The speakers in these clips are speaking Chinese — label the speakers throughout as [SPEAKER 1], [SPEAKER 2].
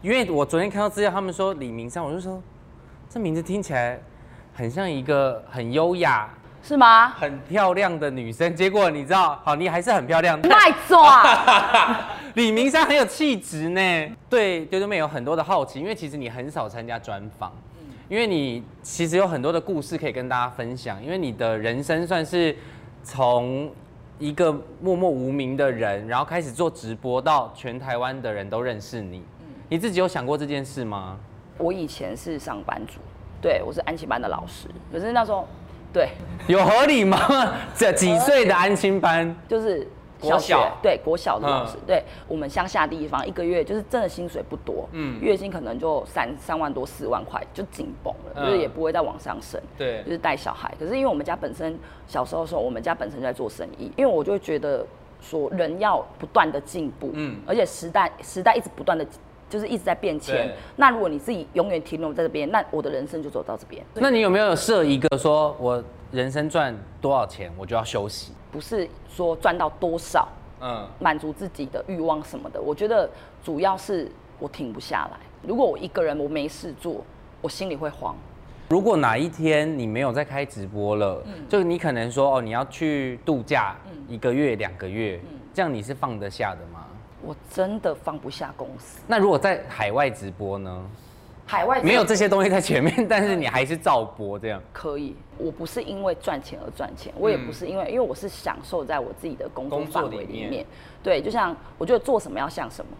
[SPEAKER 1] 因为我昨天看到资料，他们说李明山，我就说这名字听起来很像一个很优雅、
[SPEAKER 2] 是吗？
[SPEAKER 1] 很漂亮的女生。结果你知道，好，你还是很漂亮。
[SPEAKER 2] 卖抓，
[SPEAKER 1] 李明山很有气质呢。对丢丢妹有很多的好奇，因为其实你很少参加专访，因为你其实有很多的故事可以跟大家分享，因为你的人生算是从一个默默无名的人，然后开始做直播，到全台湾的人都认识你。你自己有想过这件事吗？
[SPEAKER 2] 我以前是上班族，对我是安亲班的老师，可是那时候，对，
[SPEAKER 1] 有合理吗？这几岁的安心班？
[SPEAKER 2] 就是
[SPEAKER 1] 国
[SPEAKER 2] 小学
[SPEAKER 1] 小
[SPEAKER 2] 对国小的老师，
[SPEAKER 1] 嗯
[SPEAKER 2] 对我们乡下地方，一个月就是真的薪水不多，
[SPEAKER 1] 嗯
[SPEAKER 2] 嗯，月薪可能就三三万多四万块就紧绷了，
[SPEAKER 1] 嗯
[SPEAKER 2] 就是也不会再往上升。
[SPEAKER 1] 对
[SPEAKER 2] 就是带小孩。可是因为我们家本身小时候的时候，我们家本身就在做生意，因为我就会觉得说人要不断的进步，
[SPEAKER 1] 嗯
[SPEAKER 2] 嗯，而且时代时代一直不断的。就是一直在变迁
[SPEAKER 1] 对。
[SPEAKER 2] 那如果你自己永远停留在这边，那我的人生就走到这边。
[SPEAKER 1] 那你有没有设一个说，我人生赚多少钱，我就要休息？
[SPEAKER 2] 不是说赚到多少，
[SPEAKER 1] 嗯，
[SPEAKER 2] 满足自己的欲望什么的。我觉得主要是我停不下来。如果我一个人我没事做，我心里会慌。
[SPEAKER 1] 如果哪一天你没有再开直播了，就你可能说哦，你要去度假一个月、两个月，这样你是放得下的吗？
[SPEAKER 2] 我真的放不下公司，
[SPEAKER 1] 那如果在海外直播呢？
[SPEAKER 2] 海外
[SPEAKER 1] 没有这些东西在前面，但是你还是照播这样。
[SPEAKER 2] 可以。我不是因为赚钱而赚钱，我也不是因为，因为我是享受在我自己的工作
[SPEAKER 1] 嗯工作
[SPEAKER 2] 范
[SPEAKER 1] 里
[SPEAKER 2] 围里
[SPEAKER 1] 面
[SPEAKER 2] 面。对，就像我觉得做什么要像什么。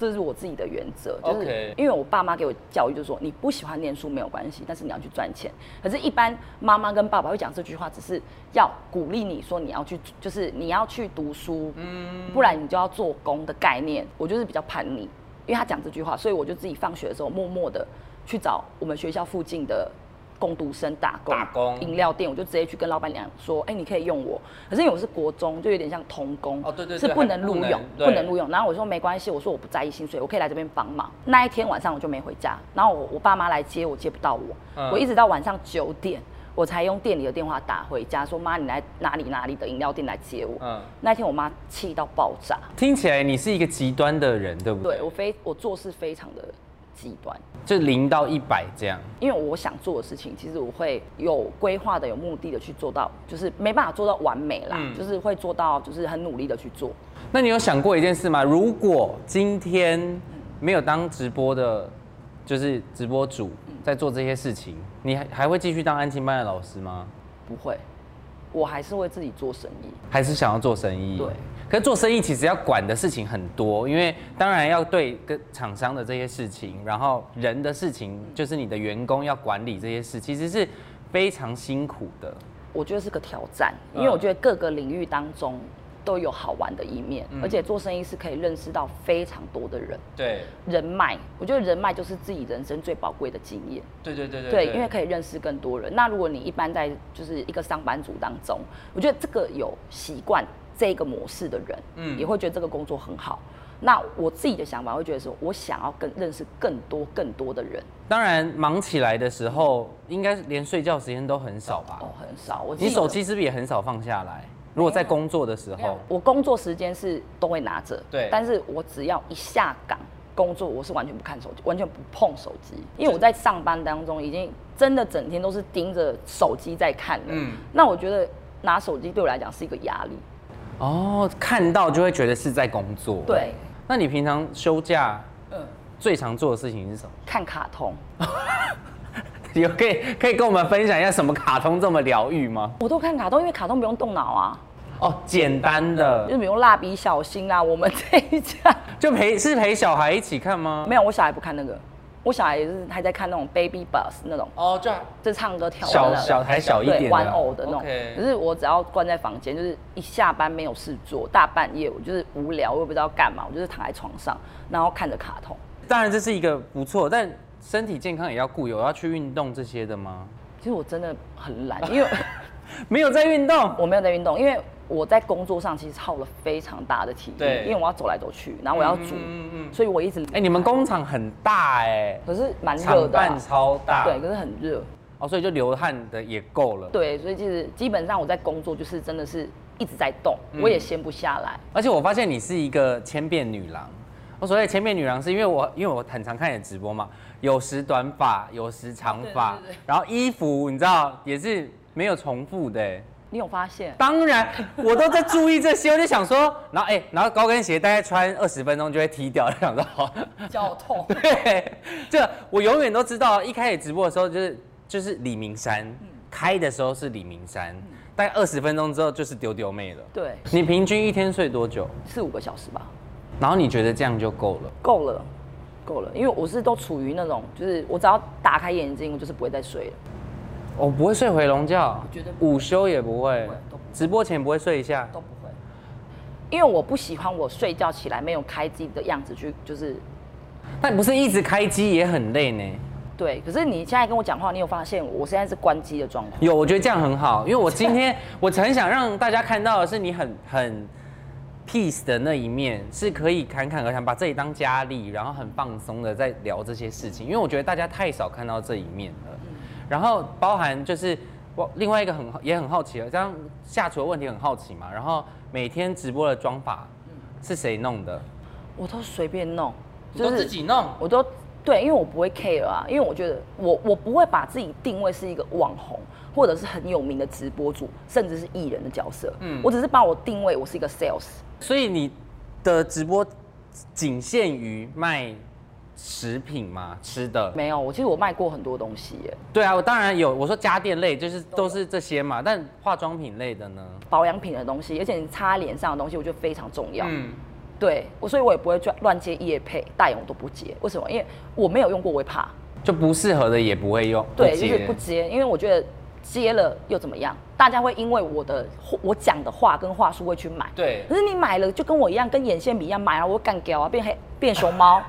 [SPEAKER 2] 这是我自己的原则，就是
[SPEAKER 1] OK
[SPEAKER 2] 因为我爸妈给我教育，就是说你不喜欢念书没有关系，但是你要去赚钱。可是，一般妈妈跟爸爸会讲这句话，只是要鼓励你说你要去，就是你要去读书，不然你就要做工的概念。我就是比较叛逆，因为他讲这句话，所以我就自己放学的时候默默的去找我们学校附近的工读生打工，
[SPEAKER 1] 打工
[SPEAKER 2] 饮料店，我就直接去跟老板娘说，哎、你可以用我。可是因为我是国中，就有点像童工，
[SPEAKER 1] 哦对对对
[SPEAKER 2] 是不能录
[SPEAKER 1] 还
[SPEAKER 2] 用，
[SPEAKER 1] 不能
[SPEAKER 2] 不
[SPEAKER 1] 对
[SPEAKER 2] 能录用。然后我说没关系，我说我不在意薪水，我可以来这边帮忙。那一天晚上我就没回家，然后我我爸妈来接我，接不到我，
[SPEAKER 1] 嗯
[SPEAKER 2] 我一直到晚上九点，我才用店里的电话打回家，说妈，你来哪里哪里的饮料店来接我。
[SPEAKER 1] 嗯，
[SPEAKER 2] 那天我妈气到爆炸，
[SPEAKER 1] 听起来你是一个极端的人，对不对？
[SPEAKER 2] 对我非我做事非常的极端。
[SPEAKER 1] 就零到一百这样。
[SPEAKER 2] 因为我想做的事情，其实我会有规划的、有目的的去做到，就是没办法做到完美啦，
[SPEAKER 1] 嗯
[SPEAKER 2] 就是会做到，就是很努力的去做。
[SPEAKER 1] 那你有想过一件事吗？如果今天没有当直播的，就是直播主在做这些事情，你还还会继续当安亲班的老师吗？
[SPEAKER 2] 不会，我还是会自己做生意。
[SPEAKER 1] 还是想要做生意？
[SPEAKER 2] 对。
[SPEAKER 1] 可是做生意其实要管的事情很多，因为当然要对跟厂商的这些事情，然后人的事情，就是你的员工要管理这些事，其实是非常辛苦的。
[SPEAKER 2] 我觉得是个挑战，因为
[SPEAKER 1] 嗯
[SPEAKER 2] 我觉得各个领域当中都有好玩的一面，
[SPEAKER 1] 嗯
[SPEAKER 2] 而且做生意是可以认识到非常多的人，
[SPEAKER 1] 对，
[SPEAKER 2] 人脉。我觉得人脉就是自己人生最宝贵的经验。
[SPEAKER 1] 对对对
[SPEAKER 2] 对，因为可以认识更多人。那如果你一般在就是一个上班族当中，我觉得这个有习惯这个模式的人，
[SPEAKER 1] 嗯
[SPEAKER 2] 嗯，也会觉得这个工作很好。那我自己的想法会觉得说，我想要更认识更多更多的人
[SPEAKER 1] 当然忙起来的时候，应该连睡觉时间都很少吧？
[SPEAKER 2] 哦，很少。我
[SPEAKER 1] 你
[SPEAKER 2] 记得
[SPEAKER 1] 手机是不是也很少放下来？如果在工作的时候，
[SPEAKER 2] 我工作时间是都会拿着，
[SPEAKER 1] 对
[SPEAKER 2] 但是我只要一下岗工作，我是完全不看手机，完全不碰手机，因为我在上班当中已经真的整天都是盯着手机在看了。
[SPEAKER 1] 嗯
[SPEAKER 2] 那我觉得拿手机对我来讲是一个压力。
[SPEAKER 1] 哦，看到就会觉得是在工作。
[SPEAKER 2] 对，
[SPEAKER 1] 那你平常休假
[SPEAKER 2] 嗯，
[SPEAKER 1] 最常做的事情是什么？
[SPEAKER 2] 看卡通，
[SPEAKER 1] 有可以可以跟我们分享一下什么卡通这么疗愈吗？
[SPEAKER 2] 我都看卡通，因为卡通不用动脑啊，
[SPEAKER 1] 哦，呃简单的，
[SPEAKER 2] 就比如蜡笔小新啊，我们这一家
[SPEAKER 1] 就陪是陪小孩一起看吗？
[SPEAKER 2] 没有，我小孩不看那个，我小孩也是还在看那种 Baby Bus 那种，
[SPEAKER 1] 哦，就
[SPEAKER 2] 就唱歌跳舞
[SPEAKER 1] 小
[SPEAKER 2] 的那种
[SPEAKER 1] 小还小一点
[SPEAKER 2] 对
[SPEAKER 1] 的
[SPEAKER 2] 玩偶的那种。
[SPEAKER 1] OK
[SPEAKER 2] 可是我只要关在房间，就是一下班没有事做，大半夜我就是无聊，我也不知道干嘛，我就是躺在床上，然后看着卡通。
[SPEAKER 1] 当然这是一个不错，但身体健康也要顾，有要去运动这些的吗？
[SPEAKER 2] 其实我真的很懒， 因为
[SPEAKER 1] 没有在运动，
[SPEAKER 2] 我没有在运动，因为我在工作上其实耗了非常大的体力
[SPEAKER 1] 对，
[SPEAKER 2] 因为我要走来走去，然后我要煮，
[SPEAKER 1] 嗯嗯嗯
[SPEAKER 2] 所以我一直
[SPEAKER 1] 哎、你们工厂很大哎、
[SPEAKER 2] 可是蛮热
[SPEAKER 1] 厂
[SPEAKER 2] 的啊、
[SPEAKER 1] 办超大，
[SPEAKER 2] 对，可是很热，
[SPEAKER 1] 哦，所以就流汗的也够了。
[SPEAKER 2] 对，所以其实基本上我在工作就是真的
[SPEAKER 1] 嗯
[SPEAKER 2] 是一直在动，我也闲不下来。
[SPEAKER 1] 而且我发现你是一个千变女郎，我所谓千面女郎是因为我因为我很常看你的直播嘛，有时短发，有时长发，
[SPEAKER 2] 对对对
[SPEAKER 1] 然后衣服你知道也是没有重复的、欸
[SPEAKER 2] 你有 发现？
[SPEAKER 1] 当然，我都在注意这些，我就想说，然后哎、然后高跟鞋大概穿二十分钟就会踢掉，就想到好。。
[SPEAKER 2] 脚痛
[SPEAKER 1] 对，这我永远都知道，一开始直播的时候就是就是李明山，
[SPEAKER 2] 嗯
[SPEAKER 1] 开的时候是李明山，大概二十分钟之后就是丢丢妹了。
[SPEAKER 2] 对，
[SPEAKER 1] 你平均一天睡多久？
[SPEAKER 2] 四五个小时吧，
[SPEAKER 1] 然后你觉得这样就够了？
[SPEAKER 2] 够了，够了。因为我是都处于那种，就是我只要打开眼睛，我就是不会再睡了。
[SPEAKER 1] 我不会睡回笼觉，
[SPEAKER 2] 绝对不
[SPEAKER 1] 午休也不会
[SPEAKER 2] 不会都不会，
[SPEAKER 1] 直播前不会睡一下。
[SPEAKER 2] 都不会，因为我不喜欢我睡觉起来没有开机的样子去，就是
[SPEAKER 1] 但不是一直开机也很累呢。
[SPEAKER 2] 对。可是你现在跟我讲话，你有发现我现在是关机的状况？
[SPEAKER 1] 有，我觉得这样很好，因为我今天我很想让大家看到的是你很很 peace 的那一面，是可以侃侃而谈，把这里当家里，然后很放松的在聊这些事情，因为我觉得大家太少看到这一面了。然后包含就是我另外一个很好也很好奇了，这样下厨的问题很好奇嘛，然后每天直播的妆法是谁弄的？
[SPEAKER 2] 我都随便弄，
[SPEAKER 1] 你都自己弄？
[SPEAKER 2] 我都对，因为我不会 care 啊，因为我觉得我我不会把自己定位是一个网红或者是很有名的直播主，甚至是艺人的角色。
[SPEAKER 1] 嗯
[SPEAKER 2] 嗯，我只是把我定位我是一个 sales，
[SPEAKER 1] 所以你的直播仅限于卖食品嘛，吃的？
[SPEAKER 2] 没有，我其实我卖过很多东西耶，
[SPEAKER 1] 对啊，我当然有。我说家电类就是都是这些嘛，但化妆品类的呢？
[SPEAKER 2] 保养品的东西，而且你擦脸上的东西，我觉得非常重要。
[SPEAKER 1] 嗯，
[SPEAKER 2] 对，我所以我也不会乱乱接夜配、代言，我都不接。为什么？因为我没有用过，我会怕。
[SPEAKER 1] 就不适合的也不会用，
[SPEAKER 2] 对，
[SPEAKER 1] 不
[SPEAKER 2] 就
[SPEAKER 1] 接
[SPEAKER 2] 是不接，因为我觉得接了又怎么样？大家会因为我的我讲的话跟话术会去买。
[SPEAKER 1] 对
[SPEAKER 2] 可是你买了就跟我一样，跟眼线笔一样买了，我会干掉啊，变黑变熊猫。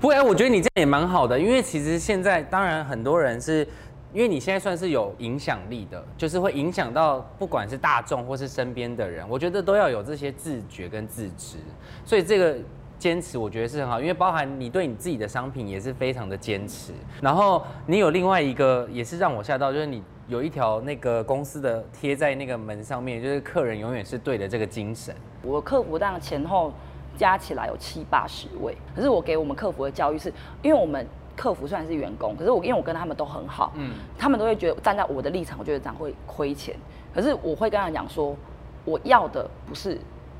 [SPEAKER 1] 不哎然我觉得你这样也蛮好的，因为其实现在当然很多人是。因为你现在算是有影响力的，就是会影响到不管是大众或是身边的人，我觉得都要有这些自觉跟自知，所以这个坚持我觉得是很好，因为包含你对你自己的商品也是非常的坚持，然后你有另外一个也是让我吓到，就是你有一条那个公司的贴在那个门上面，就是客人永远是对的这个精神，
[SPEAKER 2] 我的客服当然前后加起来有七八十位，可是我给我们客服的教育是，因为我们客服虽然是员工，可是我因为我跟他们都很好，
[SPEAKER 1] 嗯
[SPEAKER 2] 嗯，他们都会觉得站在我的立场，我觉得这样会亏钱，可是我会跟他讲说，我要的不是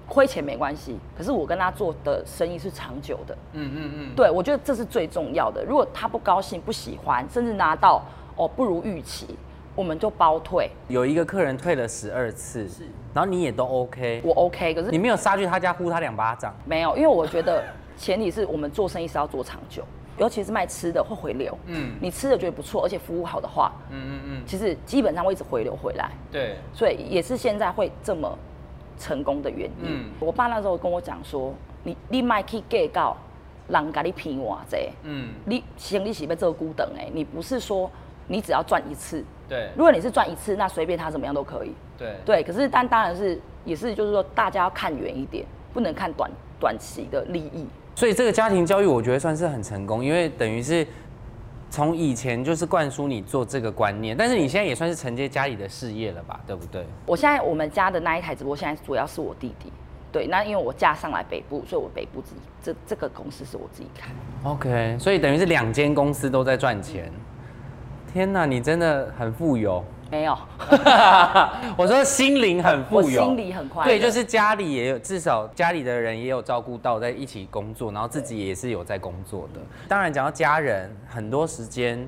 [SPEAKER 2] 亏钱没关系，可是我跟他做的生意是长久的，
[SPEAKER 1] 嗯嗯嗯，
[SPEAKER 2] 对，我觉得这是最重要的。如果他不高兴、不喜欢，甚至拿到哦不如预期，我们就包退。
[SPEAKER 1] 有一个客人退了十二次，
[SPEAKER 2] 是
[SPEAKER 1] 然后你也都 OK，
[SPEAKER 2] 我 OK，可是
[SPEAKER 1] 你没有杀去他家呼他两巴掌，
[SPEAKER 2] 没有，因为我觉得前提是我们做生意是要做长久，尤其是卖吃的会回流。
[SPEAKER 1] 嗯
[SPEAKER 2] 嗯，你吃的觉得不错，而且服务好的话，
[SPEAKER 1] 嗯嗯嗯，
[SPEAKER 2] 其实基本上会一直回流回来，
[SPEAKER 1] 对，
[SPEAKER 2] 所以也是现在会这么成功的原因。
[SPEAKER 1] 嗯
[SPEAKER 2] 我爸那时候跟我讲说，你你卖去计较，人家你骗我这，
[SPEAKER 1] 嗯
[SPEAKER 2] 你行李是要做孤等哎，你不是说你只要赚一次，
[SPEAKER 1] 对
[SPEAKER 2] 如果你是赚一次，那随便他怎么样都可以。
[SPEAKER 1] 对
[SPEAKER 2] 对，可是但当然是也是就是说大家要看远一点，不能看短短期的利益。
[SPEAKER 1] 所以这个家庭教育我觉得算是很成功，因为等于是从以前就是灌输你做这个观念，但是你现在也算是承接家里的事业了吧，对不对？
[SPEAKER 2] 我现在我们家的那一台直播，现在主要是我弟弟。对，那因为我嫁上来北部，所以我北部自己这这个公司是我自己开。
[SPEAKER 1] OK，所以等于是两间公司都在赚钱。天哪，你真的很富有。
[SPEAKER 2] 没有，
[SPEAKER 1] 我说心灵很富有，
[SPEAKER 2] 我心里很快乐
[SPEAKER 1] 对，就是家里也有，至少家里的人也有照顾到，在一起工作，然后自己也是有在工作的。当然，讲到家人，很多时间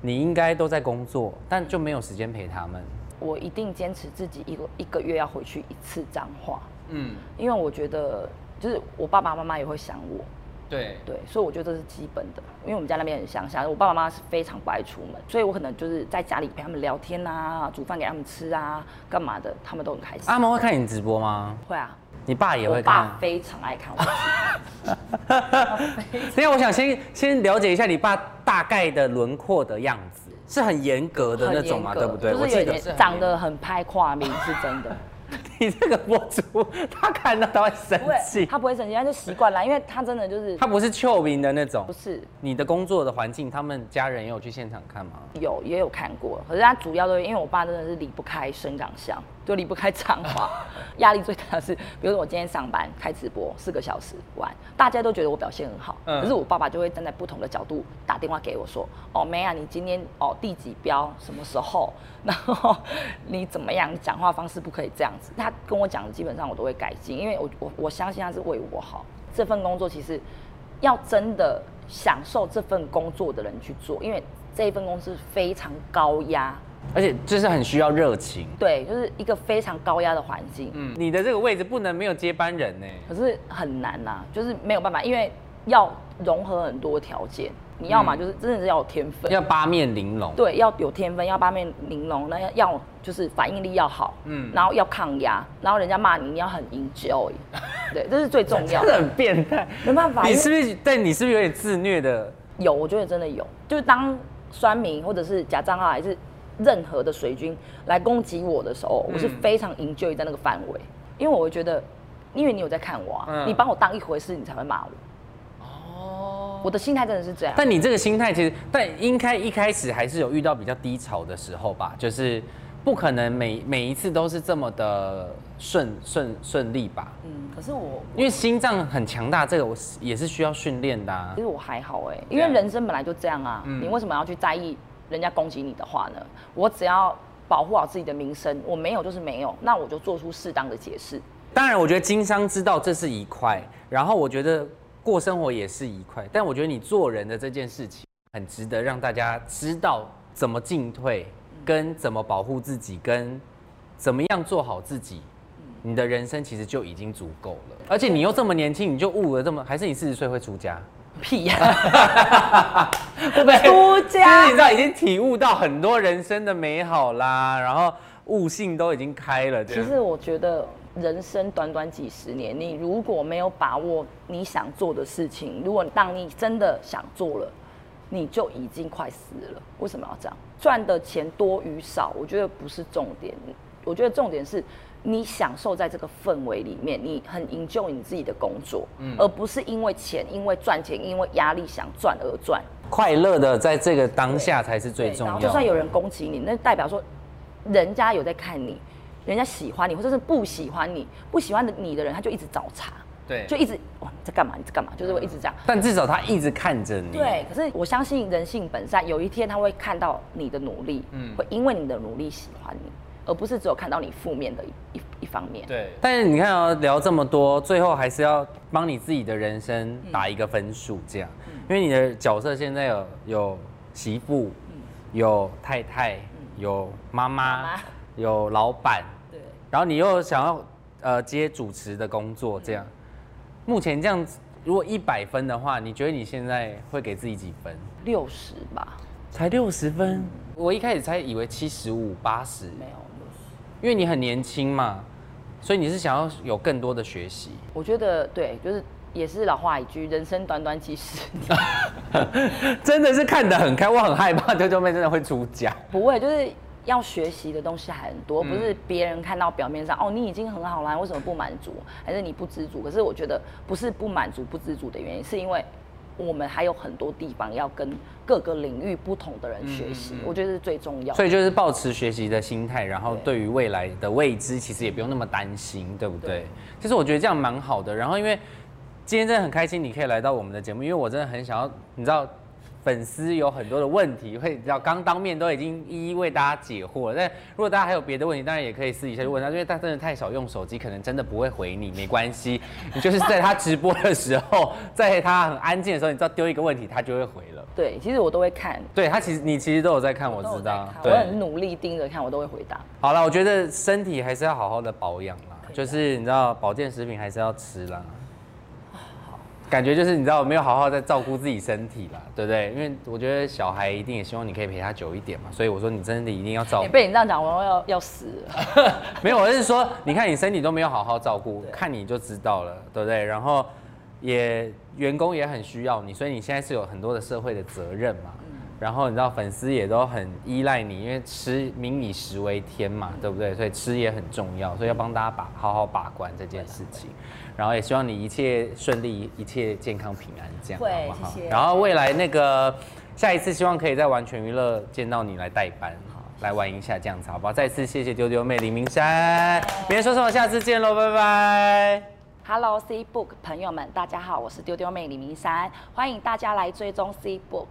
[SPEAKER 1] 你应该都在工作，但就没有时间陪他们。
[SPEAKER 2] 我一定坚持自己一个一个月要回去一次彰化，
[SPEAKER 1] 嗯，
[SPEAKER 2] 因为我觉得就是我爸爸妈妈也会想我，
[SPEAKER 1] 对，
[SPEAKER 2] 对，所以我觉得这是基本的，因为我们家那边很乡下，我爸爸妈妈是非常不爱出门，所以我可能就是在家里陪他们聊天啊，煮饭给他们吃啊，干嘛的，他们都很开心。
[SPEAKER 1] 阿毛会看你直播吗？
[SPEAKER 2] 会啊，
[SPEAKER 1] 你爸也
[SPEAKER 2] 我
[SPEAKER 1] 会看啊
[SPEAKER 2] 爸。非常爱看我。
[SPEAKER 1] 等一下，我想先先了解一下你爸大概的轮廓的样子，是很严格 的那
[SPEAKER 2] 很
[SPEAKER 1] 种嘛，
[SPEAKER 2] 严格
[SPEAKER 1] 对不对？
[SPEAKER 2] 就是有点长得很拍跨名是真的，
[SPEAKER 1] 你这个博主，他看到他会生
[SPEAKER 2] 不会
[SPEAKER 1] 气，。
[SPEAKER 2] 他不会生气，他就习惯了，因为他真的就是
[SPEAKER 1] 他不是臭名的那种
[SPEAKER 2] 不。是
[SPEAKER 1] 你的工作的环境，他们家人也有去现场看吗？
[SPEAKER 2] 有也有看过，可是他主要都因为我爸真的是离不开生长相，就离不开脏话。压力最大的是，比如说我今天上班开直播四个小时玩，大家都觉得我表现很好，
[SPEAKER 1] 嗯
[SPEAKER 2] 可是我爸爸就会站在不同的角度打电话给我说：“哦，梅啊，你今天哦第几标，什么时候，然后你怎么样，你讲话方式不可以这样子。”他跟我讲，基本上我都会改进，因为我我我相信他是为我好。这份工作其实要真的享受这份工作的人去做，因为这一份工作是非常高压，
[SPEAKER 1] 而且就是很需要热情。
[SPEAKER 2] 对，就是一个非常高压的环境。
[SPEAKER 1] 嗯，你的这个位置不能没有接班人呢。
[SPEAKER 2] 可是很难呐、啊就是没有办法，因为要融合很多条件，你要嘛就是真的是要有天分，
[SPEAKER 1] 要八面玲珑。
[SPEAKER 2] 对，要有天分，要八面玲珑，那要要就是反应力要好，
[SPEAKER 1] 嗯
[SPEAKER 2] 嗯，然后要抗压，然后人家骂你，你要很 enjoy，对，这是最重要
[SPEAKER 1] 真的
[SPEAKER 2] 的，
[SPEAKER 1] 很变态。
[SPEAKER 2] 没办法，
[SPEAKER 1] 你
[SPEAKER 2] 因为
[SPEAKER 1] 是不是？但你是不是有点自虐的？
[SPEAKER 2] 有，我觉得真的有，就是当酸民或者是假账号还是任何的水军来攻击我的时候，我是
[SPEAKER 1] 嗯
[SPEAKER 2] 非常 enjoy 在那个范围，因为我会觉得，因为你有在看我啊，
[SPEAKER 1] 嗯
[SPEAKER 2] 你把我当一回事，你才会骂我。哦，我的心态真的是这样。
[SPEAKER 1] 但你这个心态其实，但应该一开始还是有遇到比较低潮的时候吧，就是不可能每每一次都是这么的顺顺顺利吧，
[SPEAKER 2] 嗯，可是我
[SPEAKER 1] 因为心脏很强大，这个我是也是需要训练的、啊
[SPEAKER 2] 其。实我还好哎、
[SPEAKER 1] 对
[SPEAKER 2] 因
[SPEAKER 1] 啊
[SPEAKER 2] 为人生本来就这样啊，
[SPEAKER 1] 嗯
[SPEAKER 2] 你为什么要去在意人家攻击你的话呢？我只要保护好自己的名声，我没有就是没有，那我就做出适当的解释。
[SPEAKER 1] 当然，我觉得经商之道这是一块，然后我觉得过生活也是一块，但我觉得你做人的这件事情很值得让大家知道怎么进退，跟怎么保护自己，跟怎么样做好自己。你的人生其实就已经足够了，而且你又这么年轻，你就悟了这么，还是你四十岁会出家？
[SPEAKER 2] 屁呀、
[SPEAKER 1] 对不对？
[SPEAKER 2] 出
[SPEAKER 1] 就是
[SPEAKER 2] 家
[SPEAKER 1] 你知道已经体悟到很多人生的美好啦，然后悟性都已经开了。啊这
[SPEAKER 2] 其
[SPEAKER 1] 样
[SPEAKER 2] 实我觉得人生短短几十年，你如果没有把握你想做的事情，如果当你真的想做了，你就已经快死了。为什么要这样？赚的钱多与少，我觉得不是重点，我觉得重点是。你享受在这个氛围里面，你很 enjoy 你自己的工作，而不是因为钱、因为赚钱、因为压力想赚而赚。
[SPEAKER 1] 快乐的在这个当下才是最
[SPEAKER 2] 对
[SPEAKER 1] 重
[SPEAKER 2] 然
[SPEAKER 1] 要
[SPEAKER 2] 后
[SPEAKER 1] 的。
[SPEAKER 2] 就算有人攻击你，那代表说人家有在看你，人家喜欢你，或者是不喜欢你，不喜欢的你的人，他就一直找茬，
[SPEAKER 1] 对嗯
[SPEAKER 2] 就一直哇你在干嘛？你在干嘛？就是会一直这样。
[SPEAKER 1] 但至少他一直看着你。
[SPEAKER 2] 对，可是我相信人性本善，有一天他会看到你的努力，
[SPEAKER 1] 嗯
[SPEAKER 2] 会因为你的努力喜欢你，而不是只有看到你负面的一一一方面。
[SPEAKER 1] 对。但是你看啊、聊这么多，最后还是要帮你自己的人生打一个分数，这样，因为你的角色现在有有媳妇，有太太，有妈
[SPEAKER 2] 妈
[SPEAKER 1] 嗯妈
[SPEAKER 2] 妈，
[SPEAKER 1] 有老板，
[SPEAKER 2] 对，
[SPEAKER 1] 然后你又想要呃接主持的工作，这样，目前这样子，如果一百分的话，你觉得你现在会给自己几分？
[SPEAKER 2] 六十吧，
[SPEAKER 1] 才六十分，我一开始才以为七十五、八十，
[SPEAKER 2] 没有六十。
[SPEAKER 1] 因为你很年轻嘛，所以你是想要有更多的学习。
[SPEAKER 2] 我觉得对，就是也是老话一句，人生短短几十年，
[SPEAKER 1] 真的是看得很开，我很害怕啾 啾妹真的会出家。
[SPEAKER 2] 不会，就是要学习的东西还很
[SPEAKER 1] 嗯
[SPEAKER 2] 多，不是别人看到表面上哦，你已经很好啦，为什么不满足？还是你不知足？可是我觉得不是不满足、不知足的原因，是因为我们还有很多地方要跟各个领域不同的人学习，我觉得是最重要的。
[SPEAKER 1] 嗯所以就是保持学习的心态，然后
[SPEAKER 2] 对
[SPEAKER 1] 对于未来的未知，其实也不用那么担心，对不对？
[SPEAKER 2] 对
[SPEAKER 1] 其实我觉得这样蛮好的。然后因为今天真的很开心，你可以来到我们的节目，因为我真的很想要，你知道。粉丝有很多的问题，会你知道刚当面都已经一一为大家解惑了。但如果大家还有别的问题，当然也可以私底下去问他，因为他真的太少用手机，可能真的不会回你，没关系。你就是在他直播的时候，在他很安静的时候，你知道丢一个问题，他就会回了。
[SPEAKER 2] 对，其实我都会看，
[SPEAKER 1] 对他其实你其实都有在看，我知道，
[SPEAKER 2] 我
[SPEAKER 1] 对。
[SPEAKER 2] 很努力盯着看，我都会回答。
[SPEAKER 1] 好了，我觉得身体还是要好好的保养啦，就是你知道保健食品还是要吃啦。感觉就是你知道没有好好在照顾自己身体啦，对不对？因为我觉得小孩一定也希望你可以陪他久一点嘛，所以我说你身体一定要照
[SPEAKER 2] 哎、
[SPEAKER 1] 顾。
[SPEAKER 2] 被你这样讲，我要要死了。
[SPEAKER 1] 没有，我是说，你看你身体都没有好好照顾，看你就知道了，对不对？然后也员工也很需要你，所以你现在是有很多的社会的责任嘛。
[SPEAKER 2] 嗯
[SPEAKER 1] 然后你知道粉丝也都很依赖你，因为吃民以食为天嘛，对不对？所以吃也很重要，所以要帮大家把好好把关这件事情。然后也希望你一切顺利，一切健康平安，这样
[SPEAKER 2] 会
[SPEAKER 1] 好不好？
[SPEAKER 2] 谢谢
[SPEAKER 1] 然后未来那个下一次希望可以在完全娱乐见到你来代班，
[SPEAKER 2] 好
[SPEAKER 1] 来玩一下，这样子好不好？再次谢谢丢丢妹李明山，别人说什么，下次见喽，拜拜。
[SPEAKER 2] Hello C Book 朋友们，大家好，我是丢丢妹李明山，欢迎大家来追踪 C Book。